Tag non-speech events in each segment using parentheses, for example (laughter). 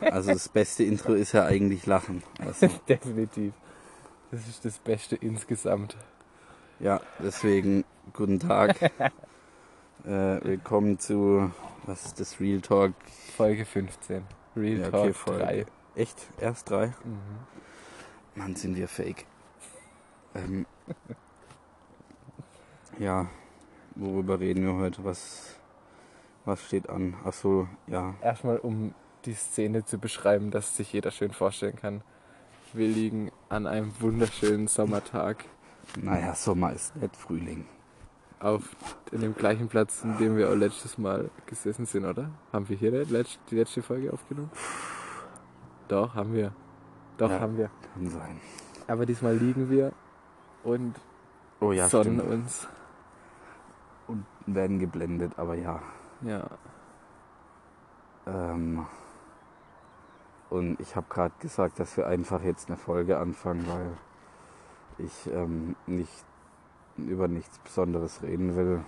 Also das beste Intro ist ja eigentlich Lachen. Also, (laughs) Definitiv. Das ist das Beste insgesamt. ja, deswegen guten Tag. Äh, willkommen zu, was ist das, Real Talk? Folge 15. Real Ja, okay, Talk Folge. 3. Echt? Erst drei? Mhm. Mann, sind wir fake. Ähm, ja, worüber reden wir heute? Was, was steht an? Ach so, ja, Erstmal, um die Szene zu beschreiben, dass sich jeder schön vorstellen kann. Wir liegen an einem wunderschönen Sommertag naja, Sommer ist nicht Frühling. auf in dem gleichen Platz, in dem wir auch letztes Mal gesessen sind, oder? Haben wir hier die letzte, die letzte Folge aufgenommen? Doch, haben wir. Doch, Ja. haben wir. Kann sein. Aber diesmal liegen wir und Oh ja, sonnen stimmt. uns. Und werden geblendet, aber ja. Ja. Ähm, und ich habe gerade gesagt, dass wir einfach jetzt eine Folge anfangen, weil ich ähm, nicht über nichts Besonderes reden will.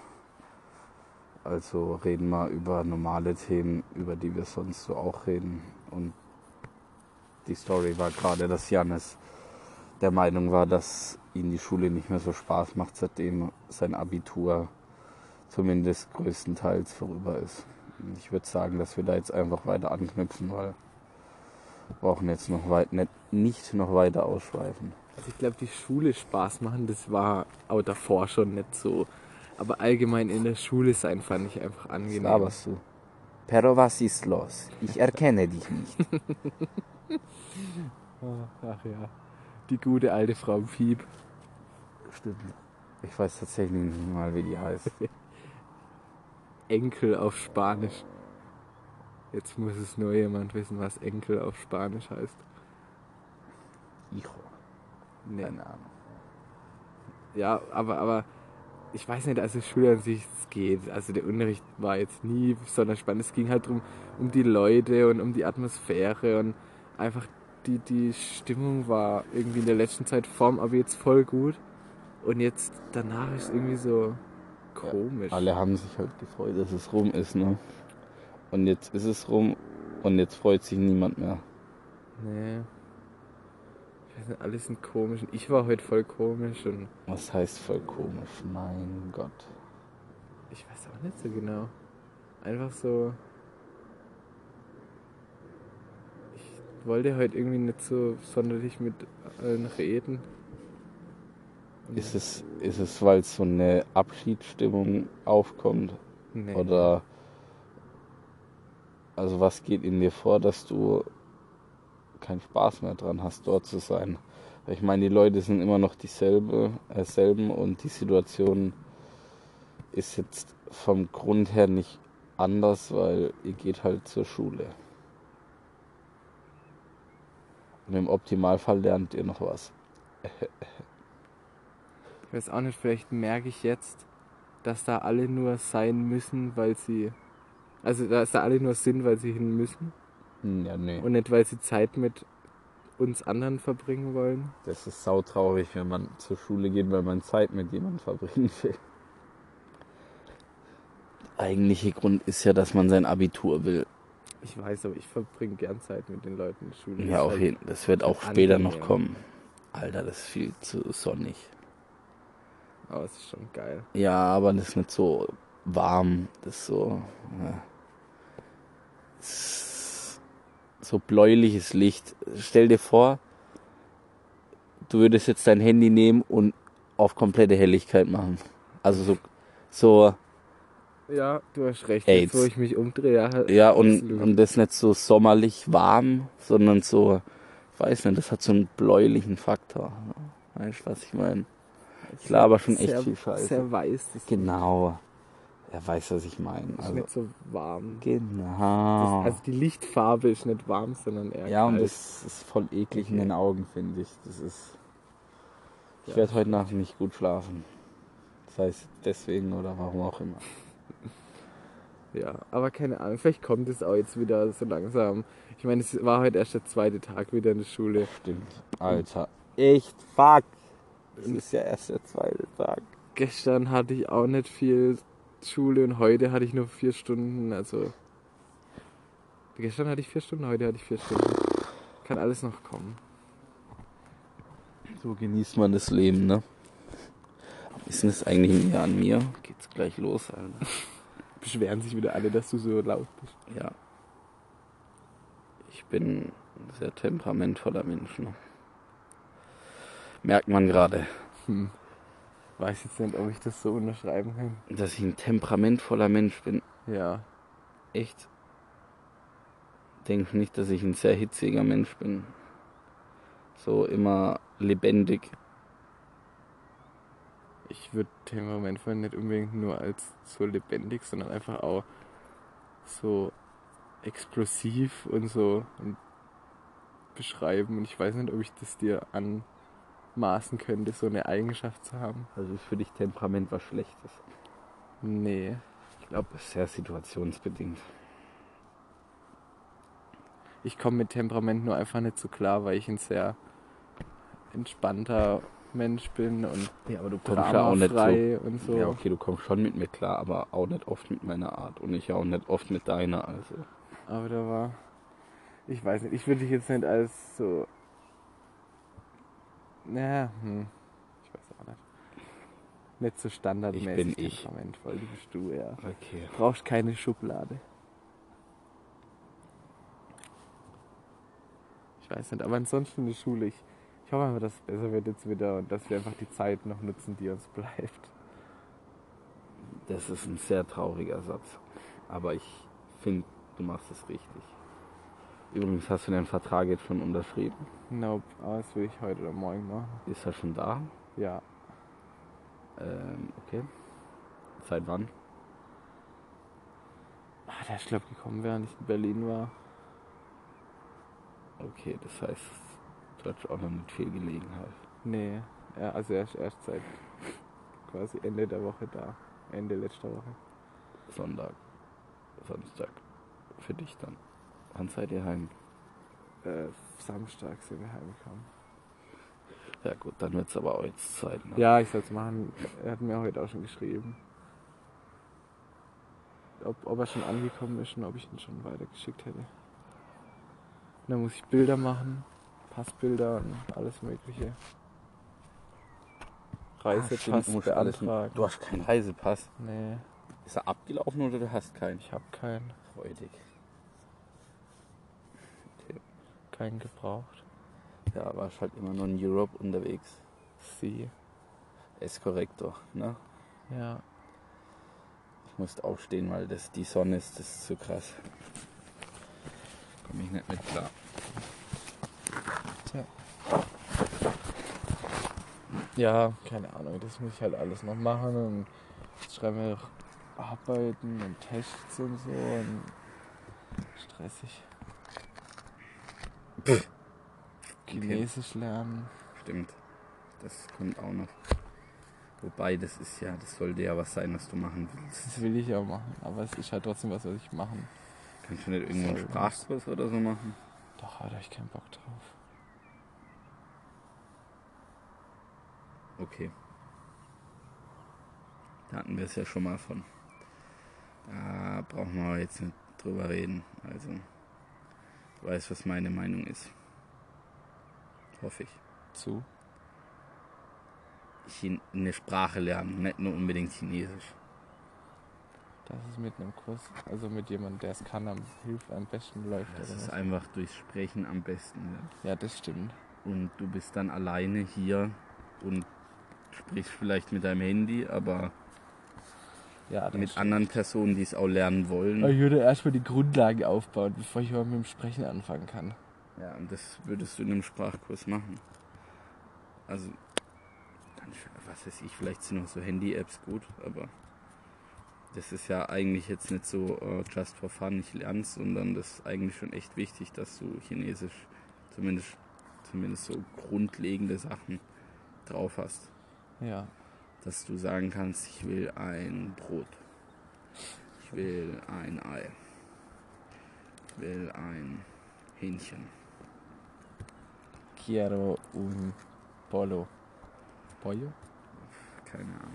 Also reden wir über normale Themen, über die wir sonst so auch reden. Und die Story war gerade, dass Janis der Meinung war, dass ihm die Schule nicht mehr so Spaß macht, seitdem sein Abitur zumindest größtenteils vorüber ist. Ich würde sagen, dass wir da jetzt einfach weiter anknüpfen, weil wir brauchen jetzt noch weit, nicht, nicht noch weiter ausschweifen. Also ich glaube, die Schule Spaß machen, das war auch davor schon nicht so. Aber allgemein in der Schule sein fand ich einfach Was angenehm. laberst du? Pero was ist los? Ich erkenne dich nicht. Ach ja. Die gute alte Frau Piep. (laughs) Stimmt. Ich weiß tatsächlich nicht mal, wie die heißt. Enkel auf Spanisch. Jetzt muss es nur jemand wissen, was Enkel auf Spanisch heißt. (laughs) Hijo. Nee. Keine Ahnung. Ja, aber, aber ich weiß nicht, also Schule an sich, es geht. Also der Unterricht war jetzt nie besonders spannend. Es ging halt drum um die Leute und um die Atmosphäre und einfach die, die Stimmung war irgendwie in der letzten Zeit vorm aber jetzt voll gut. Und jetzt danach ist irgendwie so komisch. Alle haben sich halt gefreut, dass es rum ist, ne? Und jetzt ist es rum und jetzt freut sich niemand mehr. Nee. Ich weiß nicht, alle sind komisch. Und ich war heute voll komisch und Was heißt voll komisch? Mein Gott. ich weiß auch nicht so genau. Einfach so. Ich wollte heute irgendwie nicht so sonderlich mit allen reden. Und- Ist es, ist es weil so eine Abschiedsstimmung aufkommt? Nee. Oder also was geht in dir vor, dass du keinen Spaß mehr dran hast, dort zu sein? Weil Ich meine, die Leute sind immer noch dieselbe, äh, selben und die Situation ist jetzt vom Grund her nicht anders, weil ihr geht halt zur Schule. Und im Optimalfall lernt ihr noch was. Ich weiß auch nicht, vielleicht merke ich jetzt, dass da alle nur sein müssen, weil sie. Also, dass da alle nur sind, weil sie hin müssen. Hm, Ja, nee. Und nicht, weil sie Zeit mit uns anderen verbringen wollen. Das ist sautraurig, wenn man zur Schule geht, weil man Zeit mit jemandem verbringen will. Der eigentliche Grund ist ja, dass man sein Abitur will. Ich weiß, aber ich verbringe gern Zeit mit den Leuten in der Schule. Ja, Ist auch halt- hin. Das wird auch später noch angenehm. kommen. Alter, das ist viel zu sonnig. Aber es oh, ist schon geil. Ja, aber das ist nicht so warm. Das ist so. Ja. Das ist so bläuliches Licht. Stell dir vor, du würdest jetzt dein Handy nehmen und auf komplette Helligkeit machen. Also so. so Ja, du hast recht. Aids. Jetzt, wo ich mich umdrehe, ja, ja, und, absolut. und das ist nicht so sommerlich warm, sondern so. Ich weiß nicht, das hat so einen bläulichen Faktor. Weißt du, was ich meine? Ich laber schon echt sehr, viel Scheiße. Sehr weiß. Das Genau. Er weiß, was ich meine. ist Also, nicht so warm. genau. Das, also die Lichtfarbe ist nicht warm, sondern eher ja, und kalt. das ist voll eklig in Okay. den Augen, finde ich. Das ist. Ich Ja, werde heute Nacht nicht gut schlafen. Das heißt, deswegen oder warum auch immer. Ja, aber keine Ahnung. Vielleicht kommt es auch jetzt wieder so langsam. Ich meine, es war heute erst der zweite Tag wieder in der Schule. Stimmt. Alter. Echt fuck. Das Hm. ist ja erst der zweite Tag. Gestern hatte ich auch nicht viel Schule und heute hatte ich nur vier Stunden. Also Gestern hatte ich vier Stunden, heute hatte ich vier Stunden. Kann alles noch kommen. So genießt man das Leben, ne? Ist denn das eigentlich mehr an mir? Geht's gleich los, Alter. Beschweren sich wieder alle, dass du so laut bist. Ja. Ich bin ein sehr temperamentvoller Mensch, ne? Merkt man gerade, Hm. Weiß jetzt nicht, ob ich das so unterschreiben kann. dass ich ein temperamentvoller Mensch bin. Ja. Echt. Denk nicht, dass ich ein sehr hitziger Mensch bin. So immer lebendig. Ich würde temperamentvoll nicht unbedingt nur als so lebendig, sondern einfach auch so explosiv und so und beschreiben. Und ich weiß nicht, ob ich das dir anmaßen könnte, so eine Eigenschaft zu haben. Also ist für dich Temperament was Schlechtes. Nee. Ich glaube, es ist sehr situationsbedingt. Ich komme mit Temperament nur einfach nicht so klar, weil ich ein sehr entspannter Mensch bin und Ja, aber du dramafrei und so. Ja, okay, du kommst schon mit mir klar, aber auch nicht oft mit meiner Art und ich auch nicht oft mit deiner. Also Aber da war. Ich weiß nicht, ich würde dich jetzt nicht als so. Naja, hm. Ich weiß auch nicht. Nicht so standardmäßig. Ich bin ich. temperamentvoll, du bist du, ja. okay. Brauchst keine Schublade. Ich weiß nicht, aber ansonsten in der Schule, ich, ich hoffe einfach, dass es besser wird jetzt wieder und dass wir einfach die Zeit noch nutzen, die uns bleibt. Das ist ein sehr trauriger Satz, aber ich finde, du machst es richtig. Übrigens hast du deinen Vertrag jetzt schon unterschrieben. Nope, aber das will ich heute oder morgen machen. Ist er schon da? Ja, Ähm, okay. Seit wann? Ah, der ist, glaub ich, gekommen, während ich in Berlin war. Okay, das heißt, du hattest auch noch nicht viel Gelegenheit. Nee, ja, also er ist erst seit quasi Ende der Woche da. Ende letzter Woche. Sonntag, Samstag. Für dich dann. Wann seid ihr heim? Äh, Samstag sind wir heimgekommen. Ja gut, dann wird's aber auch jetzt Zeit. Ne? Ja, ich soll's machen. Er hat mir heute auch schon geschrieben. Ob, ob er schon angekommen ist und ob ich ihn schon weitergeschickt hätte. Und dann muss ich Bilder machen, Passbilder und alles mögliche. Reisepass du musst alles beantragen. Du hast keinen Reisepass. Nee, Ist er abgelaufen oder du hast keinen? ich habe keinen, Freudig. keinen gebraucht. Ja, warst halt immer nur in Europe unterwegs. Sie, Es korrekt doch, ne? ja. Ich musste aufstehen, weil das die Sonne ist, das ist zu krass. Komme ich nicht mit klar. Ja, keine Ahnung, das muss ich halt alles noch machen und jetzt schreiben wir noch Arbeiten und Tests und so und stressig. Chinesisch lernen. Stimmt. Das kommt auch noch. Wobei, das ist ja, das sollte ja was sein, was du machen willst. Das will ich ja machen, aber es ist halt trotzdem was, was ich machen. Kannst du nicht irgendwo einen Soll. Sprachkurs oder so machen? Doch, da hab ich keinen Bock drauf. Okay. Da hatten wir es ja schon mal von. Da brauchen wir jetzt nicht drüber reden. Also, du weißt, was meine Meinung ist. Hoffe ich. Zu. Chin eine Sprache lernen, nicht nur unbedingt Chinesisch. Das ist mit einem Kurs, also mit jemandem, der es kann, am hilft, am besten läuft. Das oder ist was. einfach durchs Sprechen am besten. Ja. ja, das stimmt. und du bist dann alleine hier und sprichst vielleicht mit deinem Handy, aber Ja, das mit stimmt. anderen Personen, die es auch lernen Aber wollen. Ich würde erstmal die Grundlagen aufbauen, bevor ich überhaupt mit dem Sprechen anfangen kann. Ja, und das würdest du in einem Sprachkurs machen. Also, dann, was weiß ich, vielleicht sind auch so Handy-Apps gut, aber das ist ja eigentlich jetzt nicht so äh, just for fun, ich lern's, sondern das ist eigentlich schon echt wichtig, dass du Chinesisch zumindest, zumindest so grundlegende Sachen drauf hast. Ja. dass du sagen kannst, ich will ein Brot. Ich will ein Ei. Ich will ein Hähnchen. Quiero un Polo. Pollo? Keine Ahnung.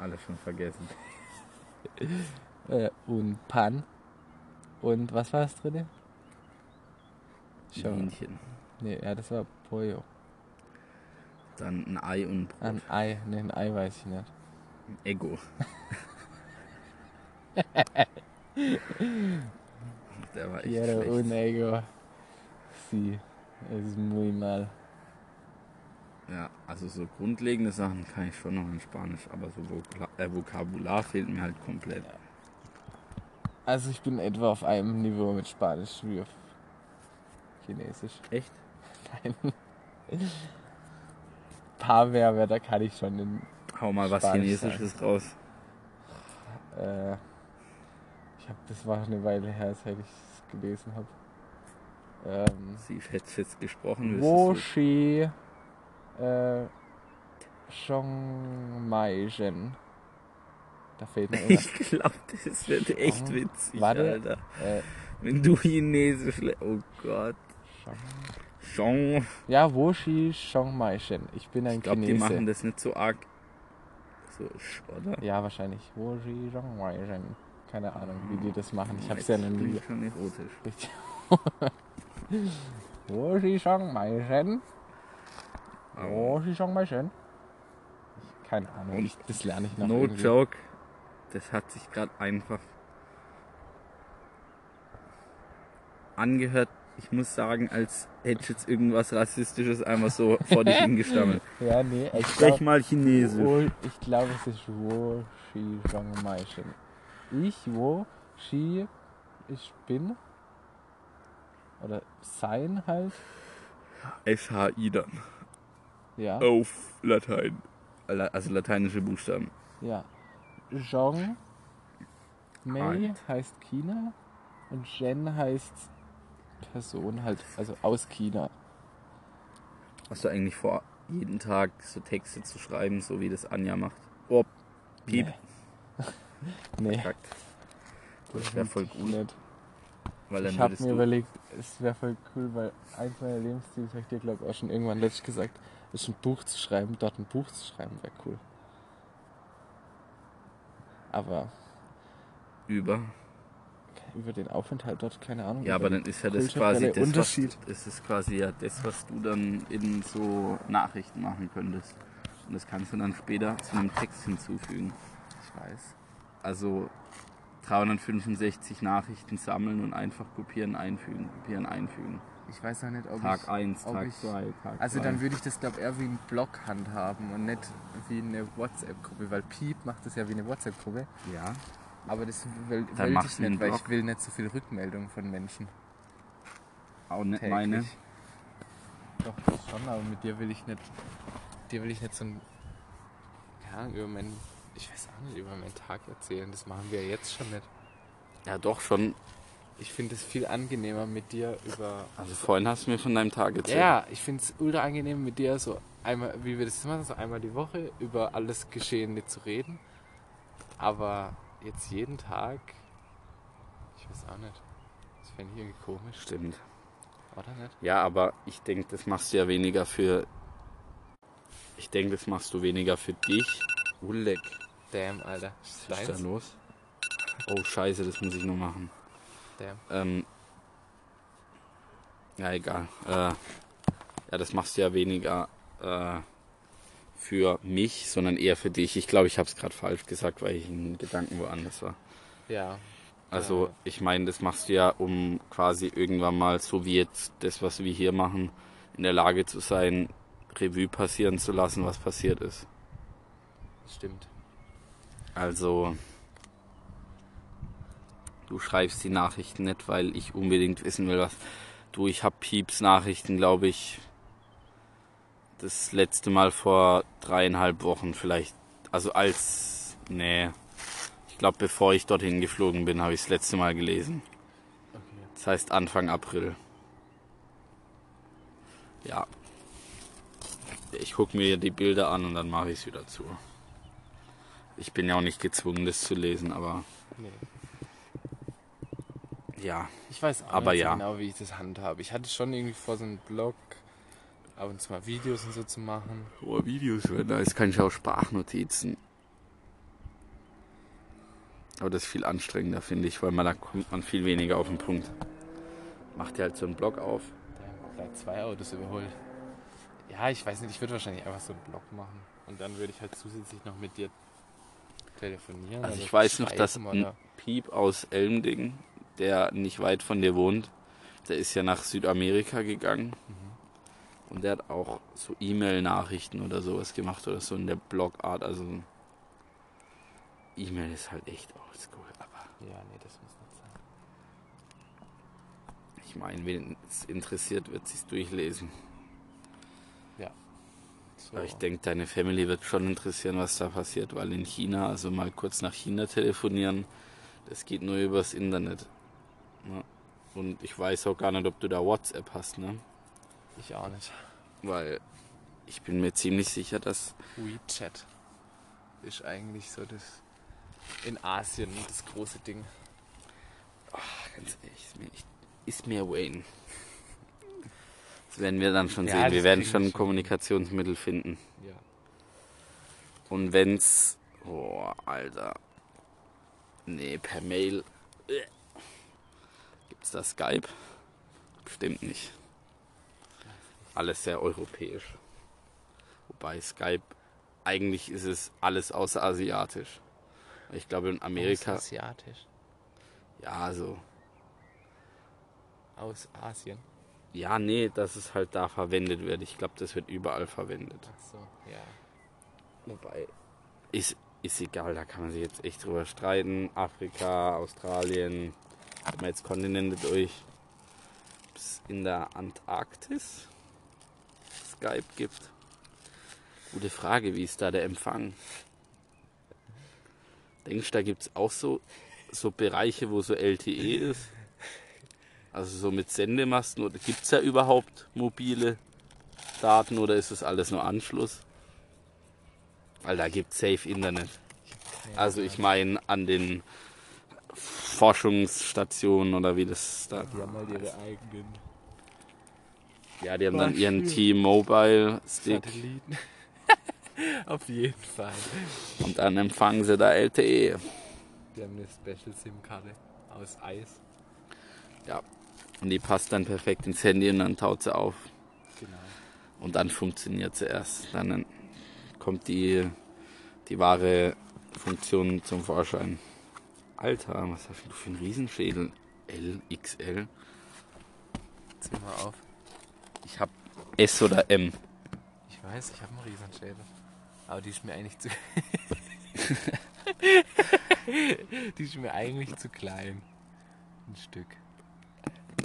Alles schon vergessen. Äh, un Pan. Und was war das dritte? Schau. Ein Hähnchen. Nee, ja, das war Pollo. Ah, Dann ein Ei und ein Ein Ei, nee, ein Ei weiß ich nicht. Ego. Der war echt Quiero schlecht. un ego. Si. Es muy mal. Ja, also so grundlegende Sachen kann ich schon noch in Spanisch, aber so Vokla äh, Vokabular fehlt mir halt komplett. Also ich bin etwa auf einem Niveau mit Spanisch wie auf Chinesisch. Echt? Nein. paar Mehrwörter kann ich schon in. Hau mal was Spanisch Chinesisches raus. Äh, ich hab, das war eine Weile her, seit ich es gelesen habe. Ähm, Sie hätte jetzt gesprochen. wüsstest Woshi äh, Shongmaijin. Da fehlt mir du- (laughs) irgendwas. Ich glaube, das wird echt witzig, Warte. Alter. äh, Wenn du Chinesisch... le- Oh Gott. Shong- Jean. ja, Woshi Shongmaijin. Ich bin ein Ich glaube, die Chinese. machen das nicht so arg. So, sch, oder? Ja, wahrscheinlich. Woshi Shongmaijin. Keine Ahnung, wie die das machen. Ich hab's ja noch Jetzt bin nie ich schon erotisch. (laughs) richtig. Woshi Shongmaijin. Woshi Shongmaijin. Ich- Keine Ahnung, ich, das lerne ich noch No irgendwie. joke. Das hat sich gerade einfach angehört. Ich muss sagen, als hätte ich jetzt irgendwas Rassistisches einfach so vor (laughs) dich hingestammelt. Ja, nee, ich glaub- Sprech mal Chinesisch. Wo, ich glaube, es ist Wo Shi Zhong Mai Shen. Ich, Wo Shi, ich bin. Oder sein halt. SHI dann. Ja. Auf Latein. La- Also lateinische Buchstaben. Ja. Zhong Mei Alt. heißt China und Zhen heißt Person halt, also aus China. Hast du eigentlich vor, jeden Tag so Texte zu schreiben, so wie das Anja macht? Oh, piep. Nee, (laughs) Kackt. Das wäre voll definitiv cool, nicht. weil dann Ich habe würdest mir du überlegt, es wäre voll cool, weil eins meiner Lebensziele, das habe ich dir glaube ich auch schon irgendwann letztlich gesagt, ist ein Buch zu schreiben, dort ein Buch zu schreiben, wäre cool. Aber über. über den Aufenthalt dort, keine Ahnung. Ja, aber über dann den ist ja das kulturelle quasi das, was, Unterschied. das ist quasi ja das, was du dann in so Nachrichten machen könntest. Und das kannst du dann später zu einem Text hinzufügen. Ich weiß. Also 365 Nachrichten sammeln und einfach kopieren, einfügen, kopieren, einfügen. Ich weiß auch nicht, ob Tag ich... 1, ob Tag ich- 2, Tag Also drei. dann würde ich das glaube eher wie einen Blog handhaben und nicht wie eine WhatsApp-Gruppe, weil Piep macht das ja wie eine WhatsApp-Gruppe. Ja. Aber das will, Dann will ich machst du einen nicht, weil Blog. ich will nicht so viel Rückmeldung von Menschen. Auch nicht täglich. Ne, meine. Doch, das schon, aber mit dir will ich nicht. Dir will ich nicht so ein. Ja, über meinen. Ich weiß auch nicht, über meinen Tag erzählen. Das machen wir jetzt schon nicht. Ja doch schon. Ich finde es viel angenehmer mit dir über. Also vorhin hast du mir von deinem Tag erzählt. Ja, ich finde es ultra angenehm mit dir so einmal, wie wir das machen, so einmal die Woche über alles Geschehene zu reden. Aber jetzt jeden Tag. Ich weiß auch nicht. Das fände ich irgendwie komisch, Stimmt. oder nicht? Ja, aber ich denke, das machst du ja weniger für. Ich denke, das machst du weniger für dich. Uleck, Damn, Alter. was ist da Deins? los? Oh, scheiße, das muss ich noch machen. Damn. Ähm, ja, egal. Äh, ja, das machst du ja weniger äh, für mich, sondern eher für dich. Ich glaube, ich habe es gerade falsch gesagt, weil ich in Gedanken woanders war. Ja. Also Ja. ich meine, das machst du ja, um quasi irgendwann mal, so wie jetzt das, was wir hier machen, in der Lage zu sein, Revue passieren zu lassen, was passiert ist. Stimmt. Also du schreibst die Nachrichten nicht, weil ich unbedingt wissen will, was. Du, ich hab Pieps Nachrichten, glaube ich, das letzte Mal vor dreieinhalb Wochen vielleicht. Also als, nee, ich glaube, bevor ich dorthin geflogen bin, habe ich das letzte Mal gelesen. Okay. Das heißt Anfang April. Ja. Ich gucke mir die Bilder an und dann mache ich es wieder zu. Ich bin ja auch nicht gezwungen, das zu lesen, aber Nee. ja. Ich weiß auch Aber nicht ja. so genau, wie ich das handhabe. Ich hatte schon irgendwie vor, so einen Blog ab und zu mal Videos und so zu machen. Oh, Videos wäre nice. Kann ich auch Sprachnotizen. Aber das ist viel anstrengender, finde ich, weil man da kommt man viel weniger auf den Punkt. Macht dir halt so einen Blog auf. Da gleich zwei Autos überholt. Ja, ich weiß nicht, ich würde wahrscheinlich einfach so einen Blog machen. Und dann würde ich halt zusätzlich noch mit dir telefonieren. Also oder ich weiß noch, dass schreiben ein oder- Piep aus Elmding, der nicht weit von dir wohnt, der ist ja nach Südamerika gegangen. Und der hat auch so E-Mail-Nachrichten oder sowas gemacht oder so in der Blogart. Also E-Mail ist halt echt oldschool. Aber Ja, nee, das muss nicht sein. ich meine, wen es interessiert, wird sich's durchlesen. So. Aber ich denke, deine Family wird schon interessieren, was da passiert, weil in China, also mal kurz nach China telefonieren, das geht nur übers Internet. Ja. Und ich weiß auch gar nicht, ob du da WhatsApp hast, ne? Ich auch nicht. Weil ich bin mir ziemlich sicher, dass WeChat ist eigentlich so das in Asien das große Ding. Ach, ganz ehrlich, ist mir, echt, ist mir Wayne. Das werden wir dann schon Ja, sehen. das Wir werden kriegen schon wir ein schon. Kommunikationsmittel finden. Ja. Und wenn's. Boah, Alter. Nee, per Mail. Äh. Gibt's da Skype? Bestimmt nicht. Alles sehr europäisch. Wobei Skype, eigentlich ist es alles außer asiatisch. Ich glaube in Amerika. Aus Asiatisch. Ja, so. Aus Asien. Ja, nee, dass es halt da verwendet wird. Ich glaube, das wird überall verwendet. Ach so, ja. Wobei. Ist, ist egal, da kann man sich jetzt echt drüber streiten. Afrika, Australien, haben wir jetzt Kontinente durch. Bis in der Antarktis Skype gibt. Gute Frage, wie ist da der Empfang? Denkst du, da gibt es auch so, so Bereiche, wo so LTE ist? Also so mit Sendemasten oder gibt es da überhaupt mobile Daten oder ist das alles nur Anschluss? Weil da gibt safe Internet. Also ich meine an den Forschungsstationen oder wie das da. Die haben halt ihre eigenen Ja, die haben dann Ach, ihren schön. T-Mobile-Stick Satelliten. (laughs) Auf jeden Fall. und dann empfangen sie da E. LTE. Die haben eine Special-SIM-Karte aus Eis. Ja. Und die passt dann perfekt ins Handy und dann taut sie auf. Genau. Und dann funktioniert sie erst. Dann kommt die, die wahre Funktion zum Vorschein. Alter, was hast du für einen Riesenschädel? LXL? Zieh mal auf. Ich hab S oder M. Ich weiß, ich habe einen Riesenschädel. Aber die ist mir eigentlich zu. (laughs) die ist mir eigentlich zu klein. Ein Stück.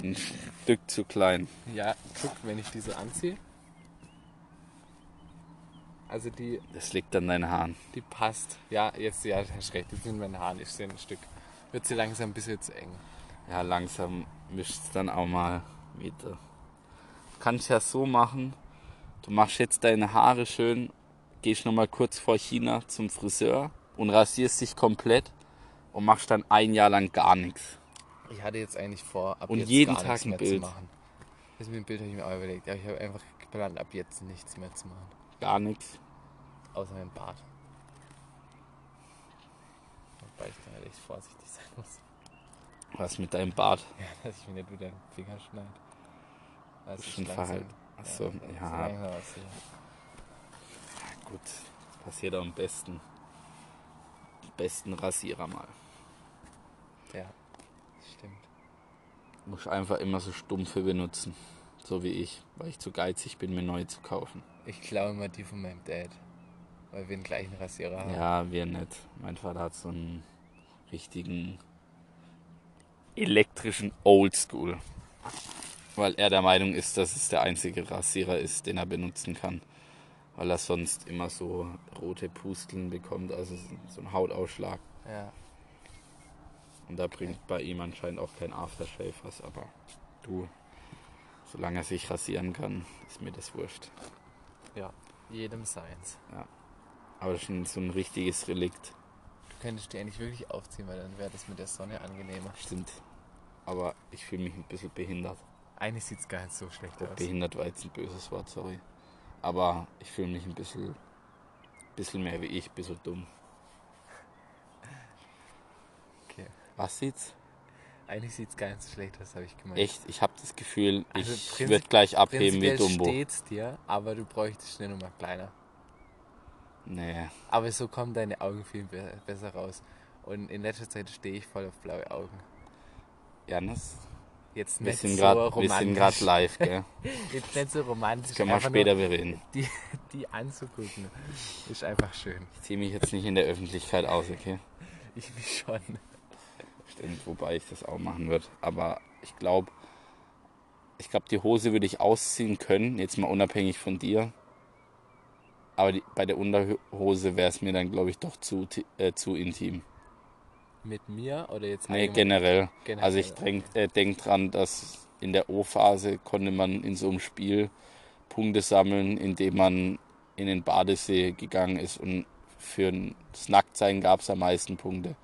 Ein Stück zu klein. Ja, guck, wenn ich die so anziehe. Also die, Das liegt an deinen Haaren. die passt. Ja, jetzt, ja, hast recht. Jetzt sind meine Haare, ich sehe ein Stück. Wird sie langsam ein bisschen zu eng. Ja, langsam mischt es dann auch mal wieder. Kannst ja so machen. Du machst jetzt deine Haare schön, gehst nochmal kurz vor China zum Friseur und rasierst dich komplett und machst dann ein Jahr lang gar nichts. Ich hatte jetzt eigentlich vor, ab Und jetzt jeden gar Tag nichts ein mehr Bild. zu machen. Das mit dem Bild habe ich mir auch überlegt. Aber ich habe einfach geplant, ab jetzt nichts mehr zu machen. Gar nichts. Außer meinem Bart. Wobei ich da halt echt vorsichtig sein muss. (laughs) Was mit deinem Bart? Ja, dass ich mir nicht wieder den Finger schneide. Also Ist schon verheilt. Achso, ja, ja, ja. ist langsam gut. Das passiert am besten. Besten Rasierer mal. so. Ja, stimmt. Muss einfach immer so stumpfe benutzen. So wie ich, weil ich zu geizig bin, mir neue zu kaufen. Ich klaue immer die von meinem Dad. Weil wir den gleichen Rasierer haben. Ja, wir nicht. Mein Vater hat so einen richtigen elektrischen Oldschool. Weil er der Meinung ist, dass es der einzige Rasierer ist, den er benutzen kann. Weil er sonst immer so rote Pusteln bekommt, also so einen Hautausschlag. Ja. Und da bringt bei ihm anscheinend auch kein Aftershave was, aber du, solange er sich rasieren kann, ist mir das wurscht. ja. Jedem seins. Aber das ist schon so ein richtiges Relikt. Du könntest die eigentlich wirklich aufziehen, weil dann wäre das mit der Sonne angenehmer. Stimmt. Aber ich fühle mich ein bisschen behindert. Eigentlich sieht es gar nicht so schlecht aus. Behindert war jetzt ein böses Wort, sorry. Aber ich fühle mich ein bisschen, bisschen mehr wie ich, ein bisschen dumm. Okay. Was sieht's? Eigentlich sieht es gar nicht so schlecht aus, habe ich gemeint. Echt, ich habe das Gefühl, Also ich prinzip- würde gleich abheben Prinzipiell mit Dumbo. steht's dir, aber du bräuchtest eine Nummer kleiner. Nee. Aber so kommen deine Augen viel be- besser raus. Und in letzter Zeit stehe ich voll auf blaue Augen. Janis, Jetzt wir nicht so sind grad- wir sind romantisch. gerade live, (laughs) gell? Jetzt nicht so romantisch. Können wir einfach später Nur bereden. die, die anzugucken. Ist einfach schön. Ich ziehe mich jetzt nicht in der Öffentlichkeit aus, okay? Ich mich schon. Stimmt, wobei ich das auch machen würde. Aber ich glaube, ich glaube, die Hose würde ich ausziehen können, jetzt mal unabhängig von dir. Aber die, bei der Unterhose wäre es mir dann, glaube ich, doch zu, ti- äh, zu intim. Mit mir oder jetzt Nee, allgemein? generell. genau. Generell, Also ich denk, äh, denk dran, dass in der O-Phase konnte man in so einem Spiel Punkte sammeln, indem man in den Badesee gegangen ist und für ein Nacktsein gab es am meisten Punkte.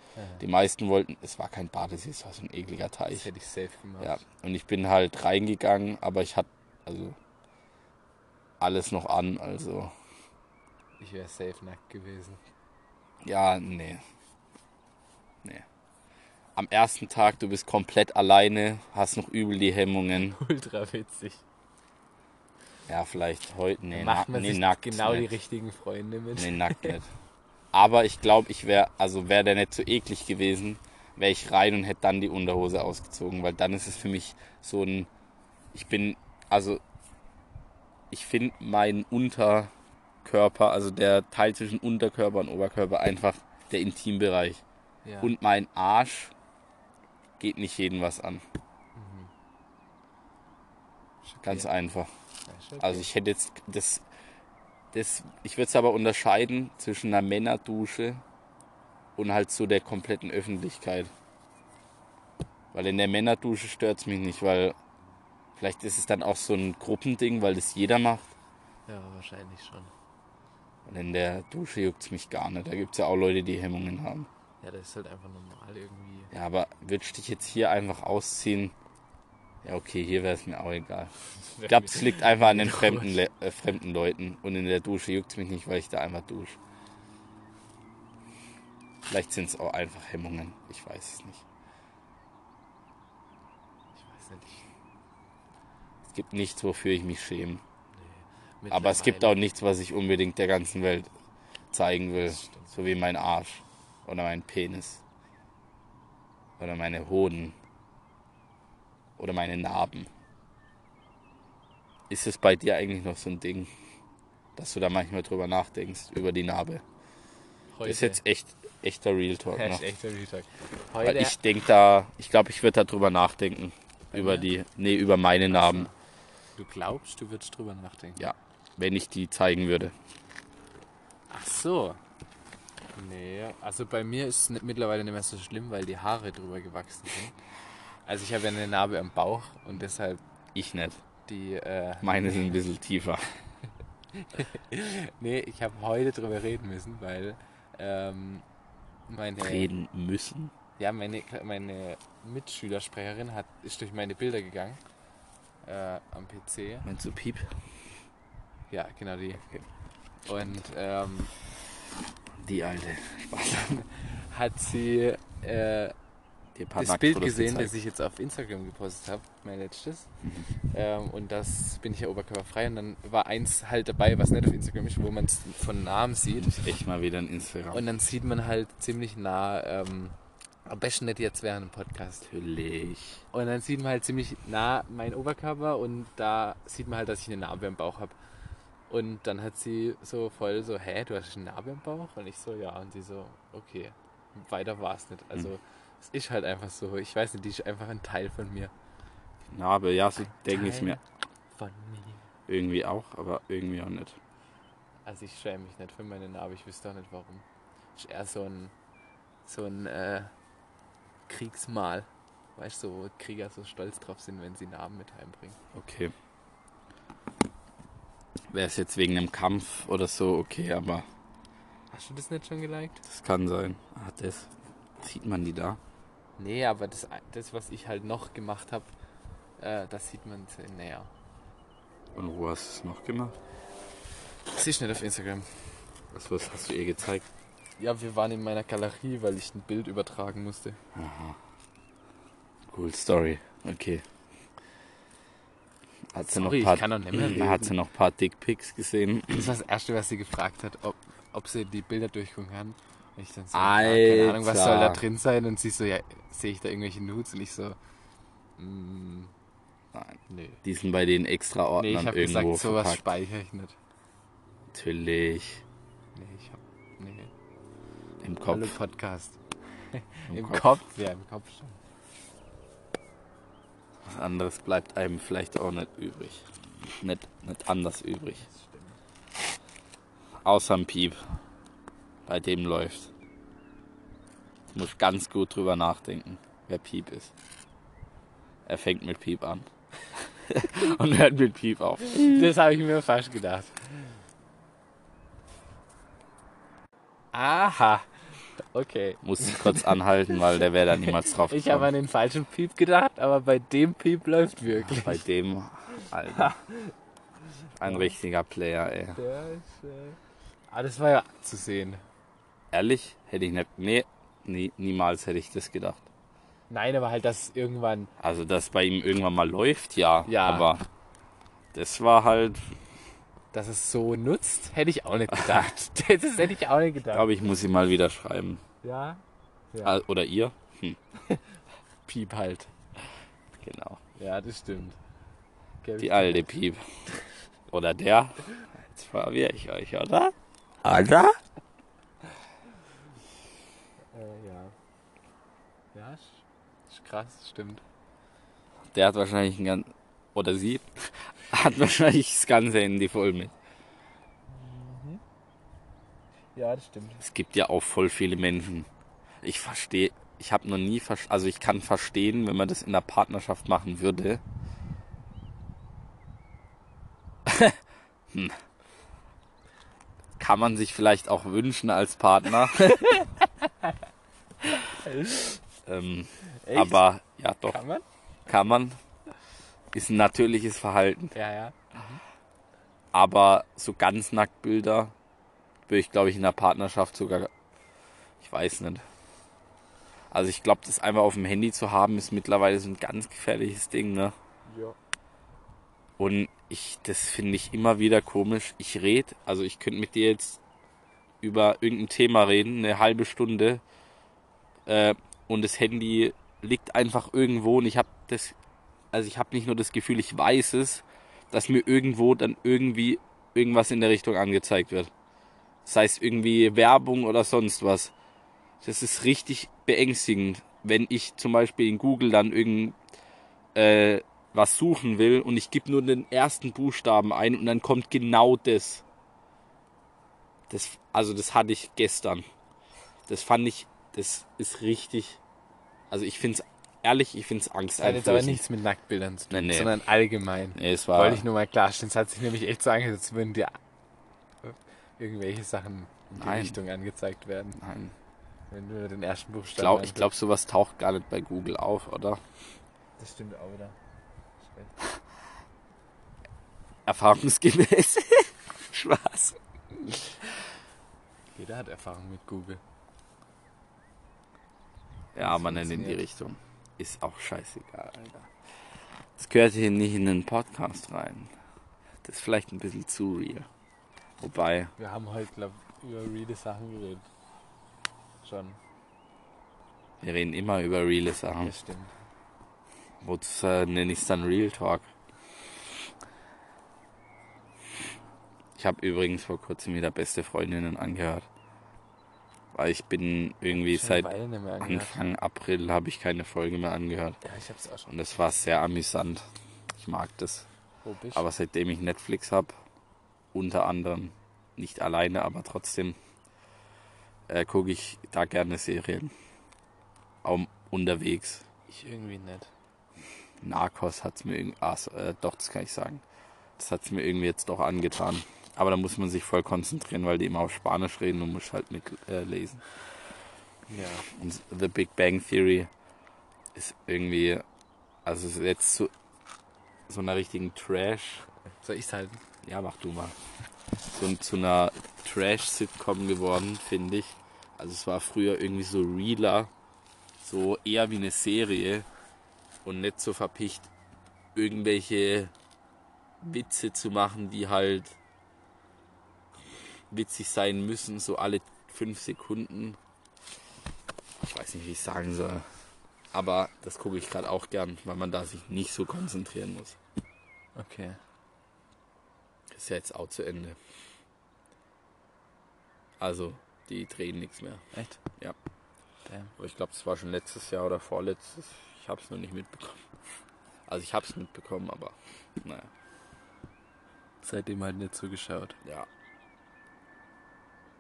Die meisten wollten, es war kein Badesee, es war so ein ekliger Das Teich. hätte ich safe gemacht. Ja, und ich bin halt reingegangen, aber ich hatte also alles noch an, also Ich wäre safe nackt gewesen. (laughs) ja, nee. Nee. Am ersten Tag, du bist komplett alleine, hast noch übel die Hemmungen. Ultra witzig. Ja, vielleicht heute. Nee, Macht na- man nee sich nackt. genau nicht. die richtigen Freunde mit. Nee, nackt nicht. Aber ich glaube, ich wäre, also wäre der nicht so eklig gewesen, wäre ich rein und hätte dann die Unterhose ausgezogen, weil dann ist es für mich so ein. Ich bin, also ich finde meinen Unterkörper, also der Teil zwischen Unterkörper und Oberkörper einfach der Intimbereich. Ja. Und mein Arsch geht nicht jedem was an. Ist okay. Ganz einfach. Ja, ist okay. Also ich hätte jetzt das, das ich würde es aber unterscheiden zwischen einer Männerdusche und halt so der kompletten Öffentlichkeit. Weil in der Männerdusche stört es mich nicht, weil vielleicht ist es dann auch so ein Gruppending, weil das jeder macht. ja, wahrscheinlich schon. Und in der Dusche juckt es mich gar nicht. Da gibt es ja auch Leute, die Hemmungen haben. Ja, das ist halt einfach normal irgendwie. Ja, aber würdest dich jetzt hier einfach ausziehen? Ja, okay, hier wäre es mir auch egal. Ich glaube, es liegt einfach an den fremden, Le äh, fremden Leuten. Und in der Dusche juckt es mich nicht, weil ich da einfach dusche. Vielleicht sind es auch einfach Hemmungen. Ich weiß es nicht. Ich weiß nicht. Es gibt nichts, wofür ich mich schäme. Mittlerweile- Aber es gibt auch nichts, was ich unbedingt der ganzen Welt zeigen will. Das stimmt. So wie mein Arsch. Oder mein Penis. Oder meine Hoden. Oder meine Narben. Ist es bei dir eigentlich noch so ein Ding, dass du da manchmal drüber nachdenkst, über die Narbe? Das heute. ist jetzt echt echter Real Talk. (laughs) Ja, Ne? ist echt der Real Talk. Weil Heute. ich denke da, ich glaube, ich würde da drüber nachdenken. mir? Über die, nee, über meine Narben. du glaubst, du würdest drüber nachdenken. Ja, wenn ich die zeigen würde. Ach so. Nee, also bei mir ist es ni- mittlerweile nicht mehr so schlimm, weil die Haare drüber gewachsen sind. Also ich habe ja eine Narbe am Bauch und deshalb Ich nicht. die. Äh, Meine sind ein bisschen tiefer. nee, ich habe heute drüber reden müssen, weil ähm, meine. reden müssen. Ja, meine, meine Mitschülersprecherin hat, ist durch meine Bilder gegangen. Äh, am PC. Meinst du Piep? Ja, genau die. Und ähm, Die alte. Spaß. hat sie äh, Dir ein paar das Bild gesehen, das ich jetzt auf Instagram gepostet habe, mein letztes. Ähm, und das bin ich ja oberkörperfrei. Und dann war eins halt dabei, was nicht auf Instagram ist, wo man es von Namen sieht. muss echt mal wieder ein Instagram. Und dann sieht man halt ziemlich nah, ähm, am besten nicht jetzt während dem Podcast. Natürlich. Und dann sieht man halt ziemlich nah meinen Oberkörper und da sieht man halt, dass ich eine Narbe am Bauch habe. Und dann hat sie so voll so, hä, du hast eine Narbe am Bauch? Und ich so, ja. Und sie so, okay, weiter war es nicht. Also es ist halt einfach so, ich weiß nicht, die ist einfach ein Teil von mir. Narbe, ja, so denke ich Teil mir Von mir. irgendwie auch, aber irgendwie auch nicht. Also ich schäme mich nicht für meine Narbe, ich wüsste auch nicht warum. Ist eher so ein, so ein äh, Kriegsmal. Weißt du, wo Krieger so stolz drauf sind, wenn sie Narben mit heimbringen. Okay. Wäre es jetzt wegen einem Kampf oder so, okay, aber Hast du das nicht schon geliked? das kann sein. Ah, das. Sieht man die da? Nee, aber das, das was ich halt noch gemacht habe, äh, das sieht man sehr näher. Und wo hast du es noch gemacht? Das ist nicht auf Instagram. Achso, das hast du ihr gezeigt. Ja, wir waren in meiner Galerie, weil ich ein Bild übertragen musste. Cool Story. Okay. Hat sie, Sorry, ich noch kann doch paar, nicht mehr (clears throat) reden. hat sie noch ein paar Dickpics gesehen? Das war das Erste, was sie gefragt hat, ob, ob sie die Bilder durchgucken kann. Und ich dann so, Alter. Ja, keine Ahnung, was soll da drin sein? Und sie so, ja, sehe ich da irgendwelche Nudes? Und ich so, mm, Nein. nee. Die sind bei den extra Nee, ich Ordnern habe gesagt, irgendwo sowas verpackt. speichere ich nicht. Natürlich. Nee, ich hab, nee. Im Hallo Kopf. Podcast. Im Im Kopf. Kopf. Ja, im Kopf schon. Was anderes bleibt einem vielleicht auch nicht übrig. Nicht, nicht anders übrig. Außer ein Piep. Bei dem läuft. Muss ganz gut drüber nachdenken, wer Piep ist. Er fängt mit Piep an. (laughs) Und hört mit Piep auf. Das habe ich mir fast gedacht. Aha. Okay. Muss ich kurz anhalten, weil der wäre da niemals drauf Ich habe an gekommen. den falschen Piep gedacht, aber bei dem Piep läuft wirklich. (laughs) Bei dem, Alter. Ein richtiger Player, ey. Der ist, äh... Ah, das war ja zu sehen. Ehrlich, hätte ich nicht. Nee, nie, niemals hätte ich das gedacht. Nein, aber halt, dass irgendwann. Also, dass bei ihm irgendwann mal läuft, ja. Ja. Aber das war halt, Dass es so nutzt, hätte ich auch nicht (laughs) gedacht. das hätte ich auch nicht gedacht. glaube ich, muss ich mal wieder schreiben. Ja. Ja. Ah, Oder ihr? Piep halt. Genau. Ja, das stimmt. Gell, äh, Die alte Piep. Oder der. Jetzt verwirre ich euch, oder? Alter? Äh, ja. Ja, ist, ist krass, stimmt. Der hat wahrscheinlich ein ganz. Oder sie (laughs) hat wahrscheinlich das ganze Handy voll mit. Ja, das stimmt. Es gibt ja auch voll viele Menschen. Ich verstehe, ich habe noch nie, ver- also ich kann verstehen, wenn man das in der Partnerschaft machen würde. (laughs) Hm. Kann man sich vielleicht auch wünschen als Partner. (laughs) ähm, Echt? aber ja, doch, Kann man? kann man. Ist ein natürliches Verhalten. Ja, ja. Aber so ganz Nacktbilder würde ich, glaube ich, in der Partnerschaft sogar. Ich weiß nicht. Also ich glaube, das einmal auf dem Handy zu haben, ist mittlerweile so ein ganz gefährliches Ding, ne? Ja. Und ich, das finde ich immer wieder komisch. Ich rede, also ich könnte mit dir jetzt über irgendein Thema reden, eine halbe Stunde. Äh, und das Handy liegt einfach irgendwo und ich habe das, also ich habe nicht nur das Gefühl, ich weiß es, dass mir irgendwo dann irgendwie irgendwas in der Richtung angezeigt wird. Das heißt irgendwie Werbung oder sonst was. Das ist richtig beängstigend, wenn ich zum Beispiel in Google dann irgendein äh, was suchen will und ich gebe nur den ersten Buchstaben ein und dann kommt genau das. das. Also das hatte ich gestern. Das fand ich, das ist richtig. Also ich finde es ehrlich, ich finde es Das hat jetzt aber angsteinflößend. nichts mit Nacktbildern zu tun, Nee, nee. sondern allgemein. Nee, es war Wollte ich nur mal klarstellen. Es hat sich nämlich echt so angehört, als würden dir äh, irgendwelche Sachen in die Nein. Richtung angezeigt werden, Nein. wenn du den ersten Buchstaben Glaub, ich antippst. glaube, sowas taucht gar nicht bei Google auf, oder? Das stimmt auch wieder. Ist recht. Erfahrungsgemäß. (laughs) Spaß. Jeder hat Erfahrung mit Google. Ja, Das aber nicht in die funktioniert. Richtung. Ist auch scheißegal, Alter. Das gehört hier nicht in den Podcast rein. Das ist vielleicht ein bisschen zu real. Wobei, Wir haben heute, glaube ich, über reale Sachen geredet. Schon. wir reden immer über reale Sachen. Das stimmt. Wozu äh, nenne ich es dann Real Talk? Ich habe übrigens vor kurzem wieder beste Freundinnen angehört. Weil ich bin irgendwie Schon seit eine Weile nicht mehr angehört. Anfang April habe ich keine Folge mehr angehört. Ja, ich hab's auch schon. Und das war sehr amüsant. Ich mag das. Wo bist du? Aber seitdem ich Netflix habe, unter anderem, nicht alleine, aber trotzdem, äh, gucke ich da gerne Serien. Auch unterwegs. Ich irgendwie nicht. Narcos hat es mir irgendwie, ah, so, äh, doch, das kann ich sagen. Das hat es mir irgendwie jetzt doch angetan. Aber da muss man sich voll konzentrieren, weil die immer auf Spanisch reden und muss halt mit äh, lesen. Ja. Und The Big Bang Theory ist irgendwie, also ist jetzt so, so einer richtigen Trash. Soll ich's halten? Ja, mach du mal. So, zu einer Trash-Sitcom geworden, finde ich. Also es war früher irgendwie so realer, so eher wie eine Serie. und nicht so verpicht, irgendwelche Witze zu machen, die halt witzig sein müssen, so alle fünf Sekunden. Ich weiß nicht, wie ich sagen soll. Aber das gucke ich gerade auch gern, weil man da sich nicht so konzentrieren muss. Okay. Ist ja jetzt auch zu Ende. Also, die drehen nichts mehr. Echt? Ja. Damn. Aber ich glaube, das war schon letztes Jahr oder vorletztes. Ich habe es nur nicht mitbekommen. Also ich habe es mitbekommen, aber naja, Seitdem halt nicht zugeschaut. ja.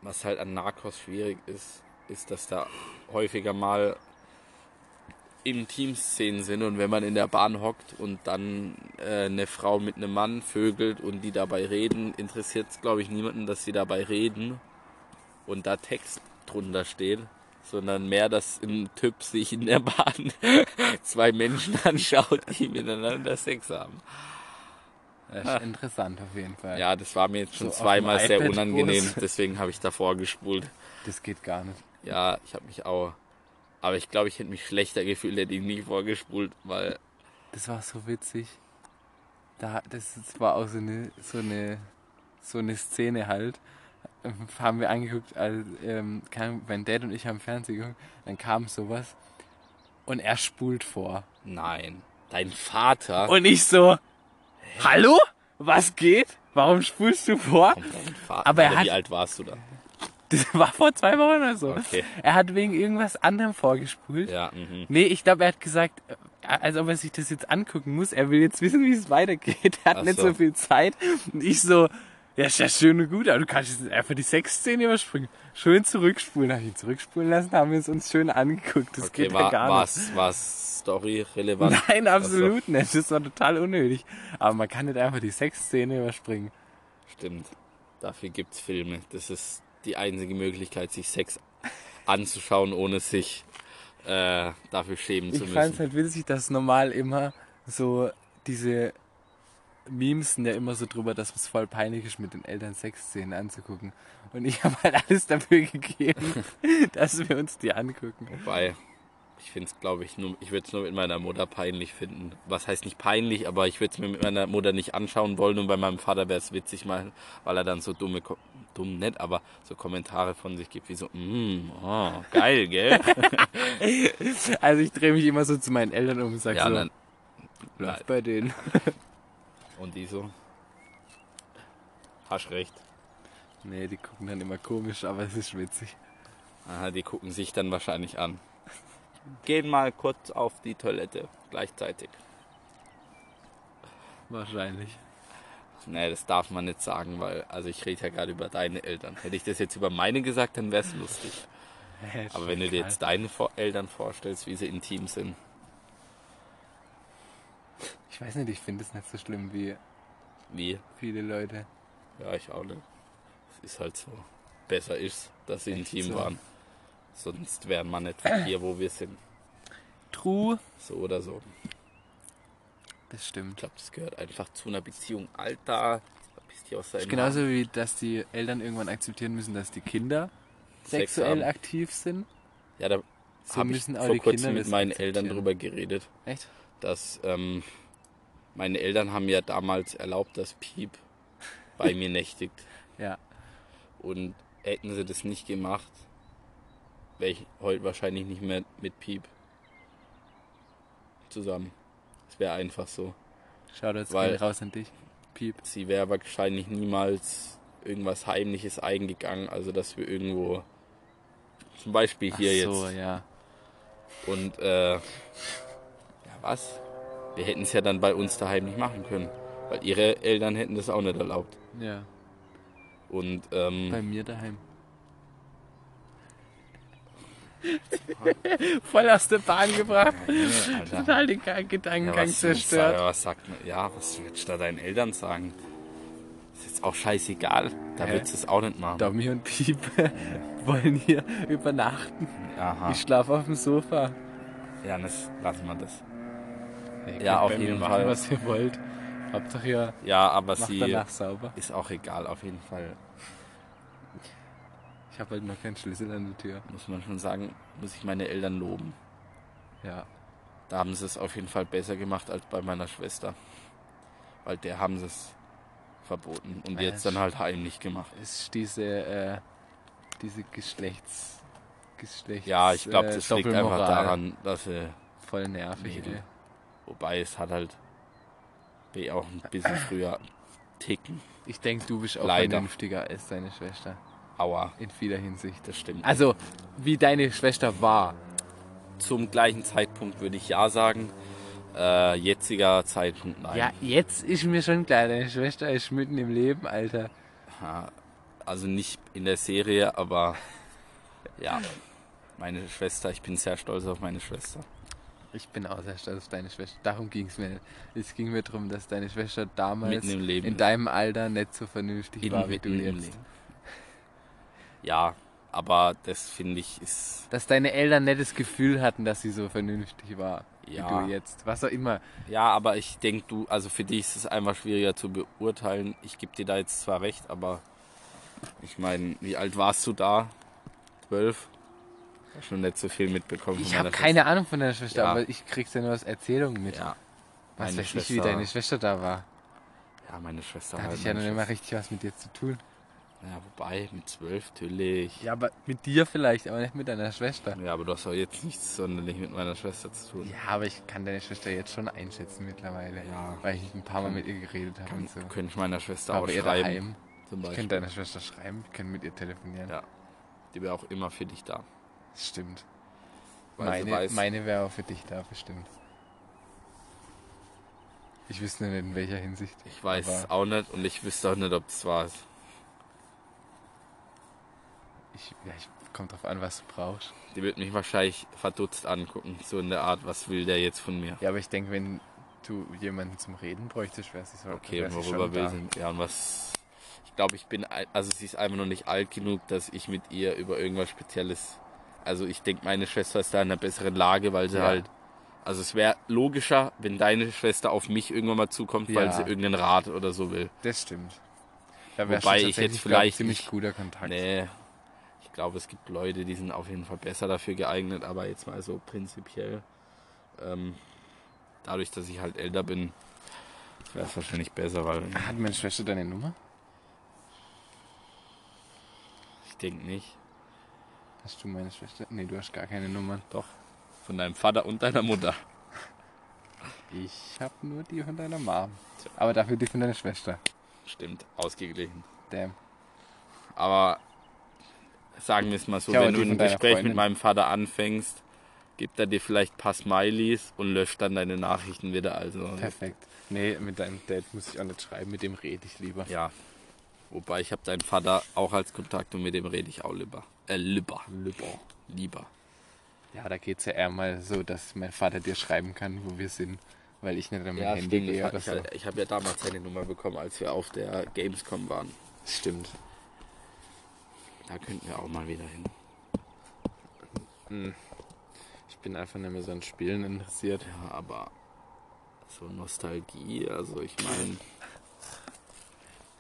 Was halt an Narcos schwierig ist, ist, dass da häufiger mal Intimszenen sind und wenn man in der Bahn hockt und dann äh, eine Frau mit einem Mann vögelt und die dabei reden, interessiert es glaube ich niemanden, dass sie dabei reden und da Text drunter steht, sondern mehr, dass ein Typ sich in der Bahn (laughs) zwei Menschen anschaut, die miteinander Sex haben. Das (laughs) ist interessant auf jeden Fall. Ja, das war mir jetzt schon So auf zweimal dem sehr iPad unangenehm, groß. deswegen habe ich davor gespult. Das geht gar nicht. Ja, ich habe mich auch. Aber ich glaube, ich hätte mich schlechter gefühlt, hätte ich nie vorgespult, weil Das war so witzig. Da, das, das war auch so eine, so eine, so eine Szene halt. Ähm, Haben wir angeguckt, also, ähm, kam, mein Dad und ich haben Fernsehen geguckt, dann kam sowas und er spult vor. nein, dein Vater. Und ich so, hallo? Was geht? Warum spulst du vor? dein Oh Vater. Aber er Alter, wie hat- alt warst du da? Das war vor zwei Wochen oder so. Okay. Er hat wegen irgendwas anderem vorgespult. Ja, mhm. Nee, ich glaube, er hat gesagt, äh, als ob er sich das jetzt angucken muss. Er will jetzt wissen, wie es weitergeht. Er hat Ach nicht so. so viel Zeit. Und ich so, ja, ist ja schön und gut, aber du kannst jetzt einfach die Sexszene überspringen. Schön zurückspulen. Habe ich ihn zurückspulen lassen, haben wir es uns schön angeguckt. Das Okay, geht war, ja gar nicht. war's, war's Story relevant? Nein, absolut nicht. Das war total unnötig. Aber man kann nicht einfach die Sexszene überspringen. Stimmt. Dafür gibt's Filme. Das ist die einzige Möglichkeit, sich Sex anzuschauen, ohne sich äh, dafür schämen zu Ich fand es müssen. halt witzig, dass normal immer so diese Memes sind ja immer so drüber, dass es voll peinlich ist, mit den Eltern Sexszenen anzugucken. Und ich (laughs) habe halt alles (laughs) dafür gegeben, dass wir uns die angucken. Wobei, ich find's, glaube ich, nur, ich würde es nur mit meiner Mutter peinlich finden. Was heißt nicht peinlich, aber ich würde es mir mit meiner Mutter nicht anschauen wollen und bei meinem Vater wäre es witzig, mal, weil er dann so dumme, Ko- dumm nett, aber so Kommentare von sich gibt, wie so, mm, oh, geil, gell? (laughs) Also ich drehe mich immer so zu meinen Eltern um und sage ja, so, dann, läuft bei denen. und die so, hast recht. Nee, die gucken dann immer komisch, aber es ist witzig. Aha, die gucken sich dann wahrscheinlich an. Gehen mal kurz auf die Toilette gleichzeitig. Wahrscheinlich. Nee, das darf man nicht sagen, weil, also ich rede ja gerade über deine Eltern. Hätte ich das jetzt über meine gesagt, dann wäre es lustig. Aber wenn du dir jetzt deine Vor Eltern vorstellst, wie sie intim sind. Ich weiß nicht, ich finde es nicht so schlimm wie Wie? viele Leute. Ja, ich auch nicht. Es ist halt so. Besser ist, dass sie intim so? waren. Sonst wären wir nicht hier, wo wir sind. True. So oder so. Das stimmt. Ich glaube, das gehört einfach zu einer Beziehung. Alter, bist du aus deinem Ist genauso wie, dass die Eltern irgendwann akzeptieren müssen, dass die Kinder Sex haben. sexuell aktiv sind. Ja, da So habe ich müssen auch vor die kurzem Kinder mit das meinen akzeptieren. Eltern drüber geredet, Echt? dass ähm, meine Eltern haben ja damals erlaubt, dass Piep bei mir nächtigt. (laughs) Ja. Und hätten sie das nicht gemacht, wäre ich heute wahrscheinlich nicht mehr mit Piep zusammen. Es wäre einfach so. Shoutouts Weil- gehen raus an dich. Piep. Sie wäre wahrscheinlich niemals irgendwas Heimliches eingegangen, also dass wir irgendwo, zum Beispiel hier Ach so, jetzt, ja. Und äh, ja, was? Wir hätten es ja dann bei uns daheim nicht machen können, weil ihre Eltern hätten das auch nicht erlaubt. Ja. Und ähm, Bei (laughs) mir daheim. Voll aus der Bahn gebracht. Alter, Total den Ge- ja, Gedankengang was, was, zerstört. was sagt man? Ja, was willst du da deinen Eltern sagen? Ist jetzt auch scheißegal. Da Hä? willst du es auch nicht machen. Tommy und Piep (laughs) wollen hier übernachten. Aha. Ich schlafe auf dem Sofa. Ja, das, lassen wir das. Ihr Ja, könnt auf bei mir jeden machen, Fall. was ihr wollt. Hauptsache ihr Ja, aber macht sie danach sauber. ist auch egal, auf jeden Fall. Ich habe halt noch keinen Schlüssel an der Tür. Muss man schon sagen, muss ich meine Eltern loben. Ja. Da haben sie es auf jeden Fall besser gemacht als bei meiner Schwester. Weil der haben sie es verboten und Ja, jetzt dann Äh, sch- halt heimlich gemacht. Ist diese, äh, diese Geschlechts. Geschlechts Ja, ich glaube, äh, das liegt einfach Doppelmoral. daran, dass sie Voll nervig, Nee. ey. Wobei es hat halt B auch ein bisschen früher ticken. Ich denke, du bist auch Leider. vernünftiger als deine Schwester. Aua, In vieler Hinsicht. das stimmt. Also, wie deine Schwester war. Zum gleichen Zeitpunkt würde ich ja sagen. Äh, jetziger Zeitpunkt nein. Ja, jetzt ist mir schon klar, deine Schwester ist mitten im Leben, Alter. Ja, Also nicht in der Serie, aber ja. Meine Schwester, ich bin sehr stolz auf meine Schwester. Ich bin auch sehr stolz auf deine Schwester. Darum ging es mir nicht. Es ging mir darum, dass deine Schwester damals Mitten im Leben. in deinem Alter nicht so vernünftig war wie du mitten im jetzt. Leben. Ja, aber das finde ich ist. Dass deine Eltern nicht das Gefühl hatten, dass sie so vernünftig war Ja. wie du jetzt. Was auch immer. Ja, aber ich denke, du, also für dich ist es einfach schwieriger zu beurteilen. Ich gebe dir da jetzt zwar recht, aber ich meine, wie alt warst du da? Zwölf? Hab Schon nicht so viel mitbekommen. Ich von habe meiner keine Ahnung von deiner Schwester, Ja. aber ich krieg's ja nur aus Erzählungen mit. Schwester. Ja, meine was weiß ich, wie Schwester- deine Schwester da war. ja, meine Schwester. Da hatte halt, ich ja noch meine nicht mal Schwester. richtig was mit dir zu tun. Ja, wobei, mit zwölf natürlich. Ja, aber mit dir vielleicht, aber nicht mit deiner Schwester. Ja, aber du hast auch jetzt nichts sonderlich mit meiner Schwester zu tun. Ja, aber ich kann deine Schwester jetzt schon einschätzen mittlerweile. Ja. Weil ich ein paar Mal mit ihr geredet habe Kann, und so. Könnte ich meiner Schwester War auch bei ihr schreiben. daheim. Zum Ich Beispiel. könnte deiner Schwester schreiben, ich könnte mit ihr telefonieren. Ja. Die wäre auch immer für dich da. Stimmt. Weil sie meine weiß, meine wäre auch für dich da, bestimmt. Ich wüsste nur nicht, in welcher Hinsicht. ich weiß es aber auch nicht und ich wüsste auch nicht, ob es war. Ich, ja, ich, kommt drauf an, was du brauchst. Die wird mich wahrscheinlich verdutzt angucken, so in der Art, was will der jetzt von mir? Ja, aber ich denke, wenn du jemanden zum Reden bräuchtest, wäre sie so. Okay, wär und sie worüber schon will da. sie? Ja, und was. Ich glaube, ich bin. al- Also, sie ist einfach noch nicht alt genug, dass ich mit ihr über irgendwas Spezielles. Also, ich denke, meine Schwester ist da in einer besseren Lage, weil sie Ja. halt. Also, es wäre logischer, wenn deine Schwester auf mich irgendwann mal zukommt, Ja. weil sie irgendeinen Rat oder so will. Das stimmt. Da wär schon Wobei ich jetzt tatsächlich, glaub, vielleicht ziemlich nicht- guter Kontakt. Nee. Ich glaube, es gibt Leute, die sind auf jeden Fall besser dafür geeignet, aber jetzt mal so prinzipiell. Ähm, dadurch, dass ich halt älter bin, wäre es wahrscheinlich besser, weil Hat meine Schwester deine Nummer? ich denke nicht. Hast du meine Schwester? Nee, du hast gar keine Nummern. Doch. Von deinem Vater und deiner Mutter. Ich habe nur die von deiner Mom. Aber dafür die von deiner Schwester. Stimmt, ausgeglichen. Damn. Aber sagen wir es mal so, Ja, aber wenn du die von ein deiner Gespräch Freundin. mit meinem Vater anfängst, gibt er dir vielleicht ein paar Smileys und löscht dann deine Nachrichten wieder. Also Perfekt. Nee, mit deinem Dad muss ich auch nicht schreiben, mit dem rede ich lieber. ja. Wobei ich habe deinen Vater auch als Kontakt und mit dem rede ich auch lieber. Äh, lieber. Lieber. Lieber. Ja, da geht's ja eher mal so, dass mein Vater dir schreiben kann, wo wir sind, weil ich nicht an mein Handy gehe oder Ich, so. ich habe ja damals seine Nummer bekommen, als wir auf der Gamescom waren. Stimmt. Da könnten wir auch mal wieder hin. Ich bin einfach nicht mehr so an Spielen interessiert. Ja, aber so Nostalgie, also ich meine,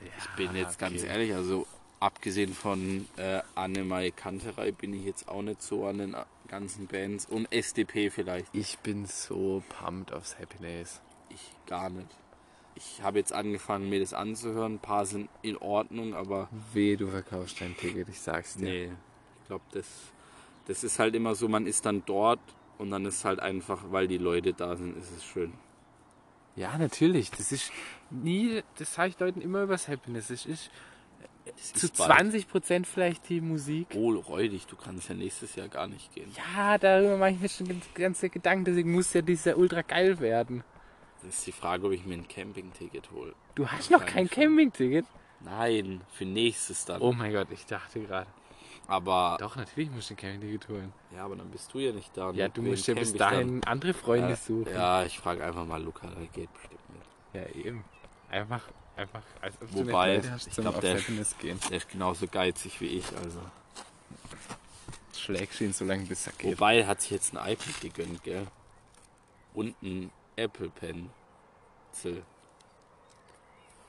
ich bin jetzt ganz Ah, okay. ehrlich, also abgesehen von äh, Annemai Kanterei bin ich jetzt auch nicht so an den a- ganzen Bands und SDP vielleicht. Ich bin so pumped aufs Happy Days. Ich gar nicht. Ich habe jetzt angefangen, mir das anzuhören. Ein paar sind in Ordnung, aber Weh, du verkaufst dein Ticket, ich sag's dir. nee, ich glaube, das, das ist halt immer so, man ist dann dort und dann ist halt einfach, weil die Leute da sind, ist es schön. Ja, natürlich. Das ist nie, das sage ich Leuten immer übers Happiness. Es ist Das zu ist bald. 20 Prozent vielleicht die Musik. Oh, räudig, du kannst ja nächstes Jahr gar nicht gehen. Ja, darüber mache ich mir schon ganz, ganze Gedanken. Deswegen muss ja dieser ultra geil werden. Das ist die Frage, ob ich mir ein Campingticket hole. Du hast noch kein Wahrscheinlich schon. Campingticket. Nein, für nächstes dann. Oh mein Gott, ich dachte gerade. Aber Doch, natürlich musst du ein Campingticket holen. ja, aber dann bist du ja nicht da. Ja, du musst ja ja bis dahin andere Freunde Äh, suchen. ja, ich frage einfach mal Luca, der geht bestimmt mit. Ja, eben. Einfach, einfach, also als ob du Wobei, nicht Leute hast, ich zum glaub, auf der- Happiness gehen. Der ist genauso geizig wie ich, also. Schlägst ihn so lange, bis er geht. Wobei, er hat sich jetzt ein iPad gegönnt, gell? Und ein Apple Pen. Zell.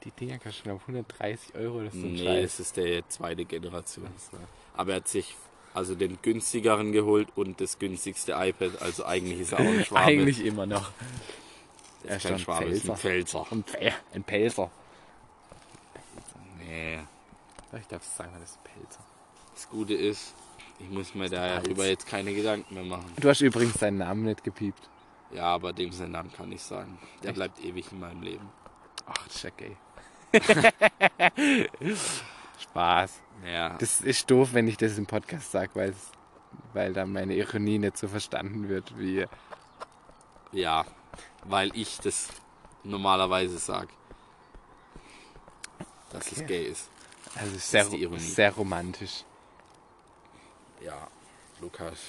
Die Dinger kannst du schon auf 130 Euro oder so Nee, Scheiß. es ist der zweite Generation. Aber er hat sich Also den günstigeren geholt und das günstigste iPad. Also eigentlich ist er auch (laughs) ein Schwabe. Eigentlich immer noch. er ist kein Schwabe, ist ein Pfälzer. Ein Pfälzer. Ein Pelzer. Nee. Ich darf sagen, das ist Pelzer. Das Gute ist, ich muss mir darüber jetzt keine Gedanken mehr machen. Du hast übrigens seinen Namen nicht gepiept. Ja, aber dem seinen Namen kann ich sagen. Der bleibt ewig in meinem Leben. Ach, das ist ja (laughs) gay. Spaß. Ja, Das ist doof, wenn ich das im Podcast sage, weil, es- weil da meine Ironie nicht so verstanden wird wie. also ja, weil ich das normalerweise sag, dass es gay ist. Also sehr, die Ironie. sehr romantisch. Ja, Lukas,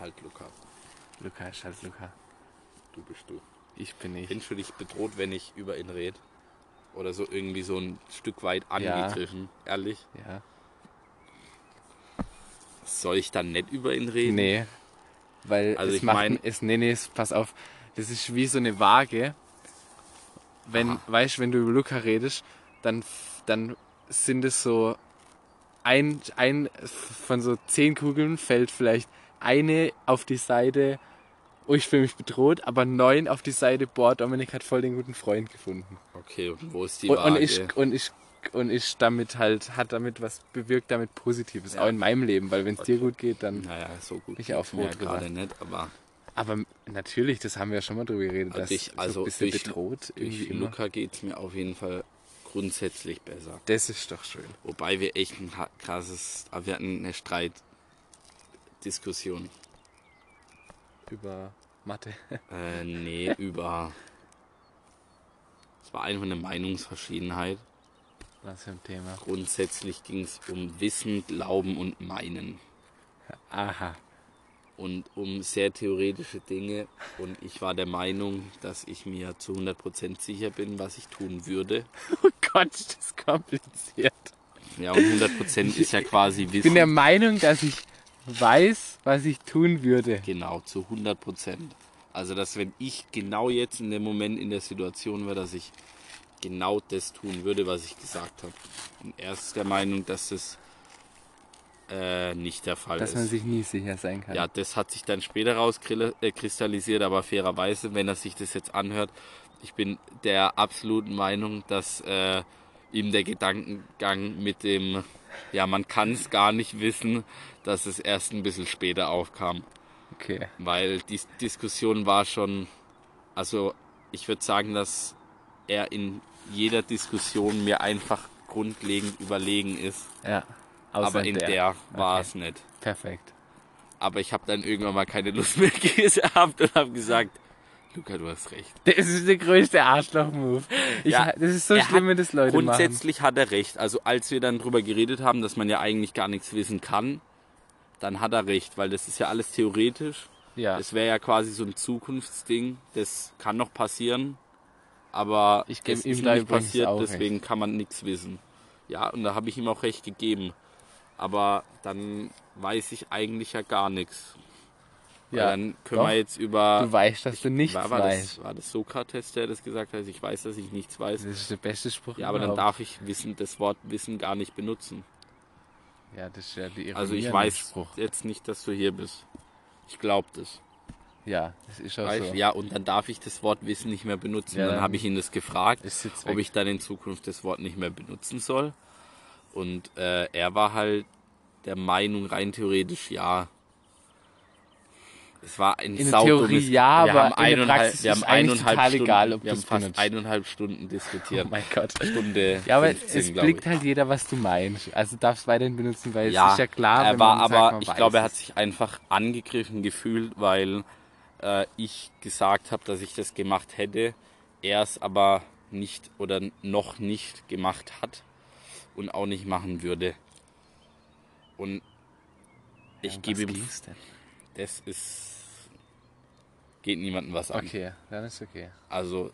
halt Lukas, Luca, scheiß Luca. du bist du. Ich bin ich. Findest du dich bedroht, wenn ich über ihn rede? Oder so irgendwie so ein Stück weit Ja. angegriffen, ehrlich? Ja. Soll ich dann nicht über ihn reden? Nee. Weil Also es ich macht. mein- es, nee, nee, es- pass auf. Das ist wie so eine Waage. Wenn, weißt du, wenn du über Luca redest, dann, f- dann sind es so. Ein, ein von so zehn Kugeln fällt vielleicht eine auf die Seite, oh, ich fühle mich bedroht, aber neun auf die Seite, boah, Dominik hat voll den guten Freund gefunden. Okay, und wo ist die Und, Waage? und ich und ich und ich damit halt hat damit was bewirkt damit Positives auch in meinem Leben, weil wenn es dir gut geht, dann. naja, so gut. Nicht geht's auf mir ja Rot gerade nicht, aber Aber natürlich, das haben wir ja schon mal drüber geredet, Also dass ich- also so ein bisschen durch- bedroht irgendwie durch immer. Luca geht es mir auf jeden Fall grundsätzlich besser. Das ist doch schön. Wobei wir echt ein ha- krasses, ah, wir hatten eine Streitdiskussion. Über Mathe. (laughs) Äh, nee, über. Es war einfach eine Meinungsverschiedenheit. Was für ein Thema. Grundsätzlich ging es um Wissen, Glauben und Meinen. Aha. (laughs) Und um sehr theoretische Dinge. Und ich war der Meinung, dass ich mir zu 100% sicher bin, was ich tun würde. Oh Gott, ist das kompliziert. Ja, und 100% ist ja quasi Ich bin der Wissen. Meinung, dass ich weiß, was ich tun würde. Genau, zu 100%. Also, dass wenn ich genau jetzt in dem Moment in der Situation wäre, dass ich genau das tun würde, was ich gesagt habe. Und er ist der Meinung, dass das äh, nicht der Fall Dass ist. man sich nie sicher sein kann. Ja, das hat sich dann später rauskristallisiert, aber fairerweise, wenn er sich das jetzt anhört, ich bin der absoluten Meinung, dass äh, ihm der Gedankengang mit dem, ja, man kann es gar nicht wissen, dass es erst ein bisschen später aufkam. Okay. Weil die Diskussion war schon, also ich würde sagen, dass er in jeder Diskussion mir einfach grundlegend überlegen ist. Ja. Außer aber in der, war es nicht. Perfekt. Aber ich habe dann irgendwann mal keine Lust mehr (laughs) gehabt und habe gesagt, Luca, du hast recht. Das ist der größte Arschloch-Move. Ich- Ja, das ist so er schlimm, hat wenn das Leute machen. Grundsätzlich hat er recht. Also als wir dann drüber geredet haben, dass man ja eigentlich gar nichts wissen kann, dann hat er recht, weil das ist ja alles theoretisch. Ja. Es wäre ja quasi so ein Zukunftsding. Das kann noch passieren, aber Ich geb es ihm ist da noch nicht übrigens passiert, auch recht. deswegen kann man nichts wissen. Ja, und da habe ich ihm auch recht gegeben. Aber dann weiß ich eigentlich ja gar nichts. Ja, Ja, dann können doch. wir jetzt über Du weißt, dass du nichts war, war, weißt. das, war das Sokrates, der das gesagt hat? Ich weiß, dass ich nichts weiß. Das ist der beste Spruch. Ja, aber dann überhaupt. darf ich Wissen, das Wort Wissen gar nicht benutzen. Ja, das ist ja die Ironie Also ich an dem weiß Spruch. jetzt nicht, dass du hier bist. Ich glaube das. Ja, das ist auch Weißt? so. Ja, und dann darf ich das Wort Wissen nicht mehr benutzen. Ja, dann dann habe ich ihn das gefragt, ist jetzt ob weg. ich dann in Zukunft das Wort nicht mehr benutzen soll. Und äh, er war halt der Meinung, rein theoretisch ja. Es war ein In der saudummes- Theorie ja, wir aber haben in der eineinhalb- Praxis wir ist haben eigentlich eineinhalb total Stunden, egal, Wir ob du haben es fast benutzt. eineinhalb Stunden diskutiert. Oh mein Gott. Stunde. Ja, aber 15, es glaub blickt ich. halt jeder, was du meinst. Also darfst weiterhin benutzen, weil es ist ja klar, er wenn war man sagt, aber, man ich weiß glaube, er hat es. sich einfach angegriffen gefühlt, weil äh, ich gesagt habe, dass ich das gemacht hätte, er es aber nicht oder noch nicht gemacht hat und auch nicht machen würde. Und ich Um gebe was ihm, ging's denn? das ist, geht niemandem was an. Okay, dann ist okay. Also nicht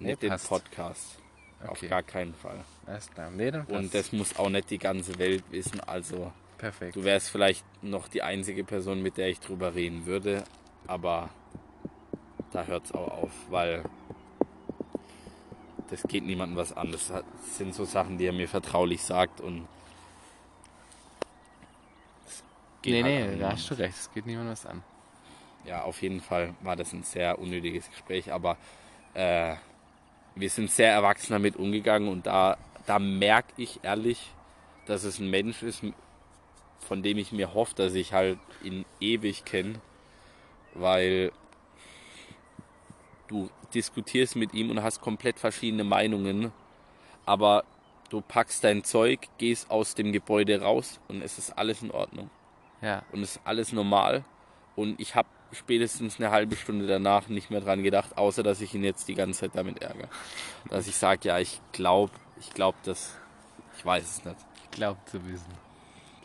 Nee, den passt. Podcast. Auf Okay. gar keinen Fall. Alles klar. Nee, dann passt. Und das muss auch nicht die ganze Welt wissen. Also perfekt. Du wärst vielleicht noch die einzige Person, mit der ich drüber reden würde, aber da hört's auch auf, weil das geht niemandem was an. Das hat- das sind so Sachen, die er mir vertraulich sagt und Geht nee, halt nee, an da niemanden. hast du recht, es geht niemand was an. Ja, auf jeden Fall war das ein sehr unnötiges Gespräch, aber äh, wir sind sehr erwachsen damit umgegangen und da, da merke ich ehrlich, dass es ein Mensch ist, von dem ich mir hoffe, dass ich halt ihn ewig kenne, weil du diskutierst mit ihm und hast komplett verschiedene Meinungen, aber du packst dein Zeug, gehst aus dem Gebäude raus und es ist alles in Ordnung Ja, und es ist alles normal. Und ich habe spätestens eine halbe Stunde danach nicht mehr dran gedacht, außer dass ich ihn jetzt die ganze Zeit damit ärgere. Dass ich sage, ja, ich glaube, ich glaube das, ich weiß es nicht ich glaube zu wissen.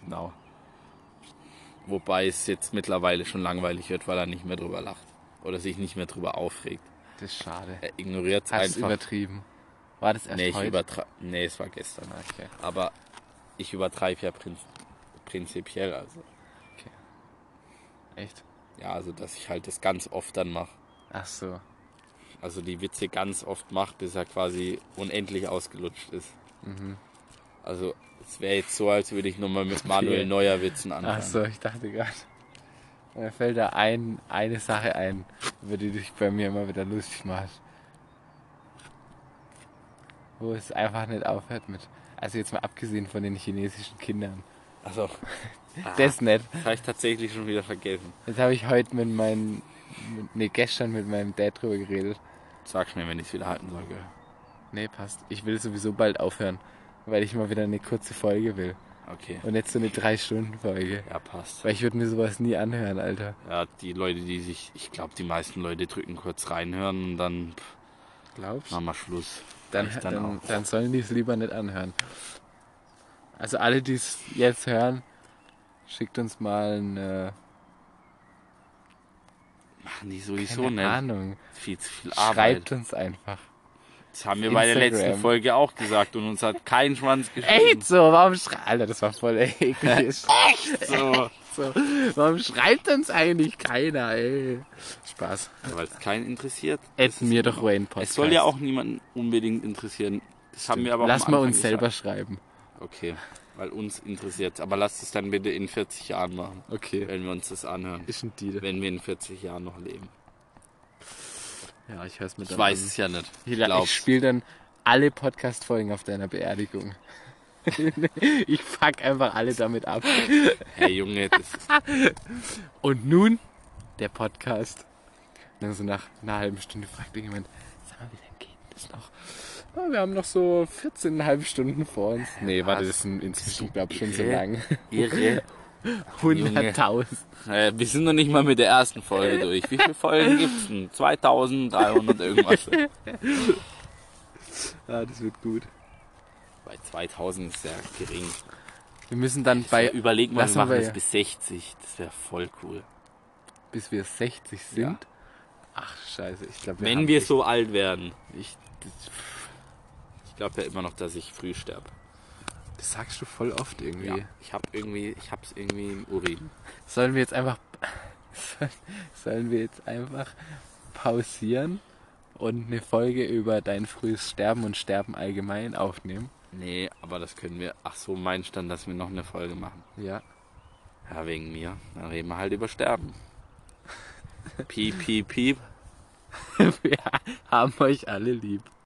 genau. Wobei es jetzt mittlerweile schon langweilig wird, weil er nicht mehr drüber lacht oder sich nicht mehr drüber aufregt. Das ist schade. Er ignoriert es Hast Äh, du einfach. übertrieben? War das erst Nee, ich heute? übertreibe. Nee, es war gestern. okay. Aber ich übertreibe ja prinz prinzipiell. Also. Echt? Ja, also dass ich halt das ganz oft dann mache. Ach so. also die Witze ganz oft macht, bis er quasi unendlich ausgelutscht ist. Mhm. Also es wäre jetzt so, als würde ich nochmal mit Manuel Neuer Witzen anfangen. Ach so, ich dachte gerade. Mir fällt da ein, eine Sache ein, über die du dich bei mir immer wieder lustig machst. Wo es einfach nicht aufhört mit. Also jetzt mal abgesehen von den chinesischen Kindern. (laughs) Also, Das nicht. das habe ich tatsächlich schon wieder vergessen. Das habe ich heute mit meinem. Mit, nee, gestern mit meinem Dad drüber geredet. Sag's mir, wenn ich es wieder halten soll. Gell? Nee, passt. Ich will sowieso bald aufhören, weil ich mal wieder eine kurze Folge will. Okay. Und jetzt so eine 3-Stunden-Folge. Ja, passt. Weil ich würde mir sowas nie anhören, Alter. Ja, die Leute, die sich, ich glaube, die meisten Leute drücken kurz reinhören und dann pff, Glaubst machen wir Schluss. Dann, Ich dann, dann, auch. sollen die es lieber nicht anhören. Also alle, die es jetzt hören, schickt uns mal eine, machen die keine sowieso nicht. Ahnung. Viel zu viel Schreibt Arbeit. uns einfach. Das haben wir bei der Instagram. letzten Folge auch gesagt und uns hat kein Schwanz Echt geschrieben. so, warum schreibt... (laughs) Alter, das war voll (laughs) eklig. Echt So. so. Warum schreibt uns eigentlich keiner, ey? Spaß. Weil es keinen interessiert. Add mir doch Wayne Podcast. Es soll ja auch niemanden unbedingt interessieren. Das haben wir aber auch Lass am mal Anfang uns selber gesagt. schreiben. Okay, weil uns interessiert. Aber lasst es dann bitte in 40 Jahren machen, Okay. wenn wir uns das anhören. Ist ein Deal. Wenn wir in 40 Jahren noch leben. Ja, ich hör's mit Ich weiß es ja nicht. Ich Ich, glaub's. ich spiele dann alle Podcast-Folgen auf deiner Beerdigung. (laughs) ich fuck einfach alle damit ab. Hey Junge, das ist, Und nun der Podcast. Dann so nach einer halben Stunde fragt jemand, sag mal, wie lange geht das noch? "Ah, wir haben noch so 14,5 Stunden vor uns. Nee, warte, das sind inzwischen, glaube ich, schon so irre? lang. (laughs) irre. 100.000. Äh, wir sind noch nicht mal mit der ersten Folge durch. Wie viele Folgen gibt's denn? 2300 irgendwas. (laughs) Ja, das wird gut. Bei 2000 ist sehr gering. Also Wir müssen dann bei, Überleg mal, lassen wir machen wir das ja. bis 60. Das wäre voll cool. bis wir 60 sind. Ja. Ach, scheiße, ich glaube, Wenn haben wir echt- so alt werden. Ich, das, Ich glaube ja immer noch, dass ich früh sterbe. das sagst du voll oft irgendwie. Ja, ich hab irgendwie, ich hab's irgendwie im Urin. Sollen wir jetzt einfach. (laughs) Sollen- Sollen wir jetzt einfach pausieren und eine Folge über dein frühes Sterben und Sterben allgemein aufnehmen? Nee, aber das können wir. Ach so, mein Stand, dass wir noch eine Folge machen. (laughs) Ja. Ja, wegen mir. Dann reden wir halt über (laughs) Sterben. Piep, piep, piep. Wir haben euch alle lieb.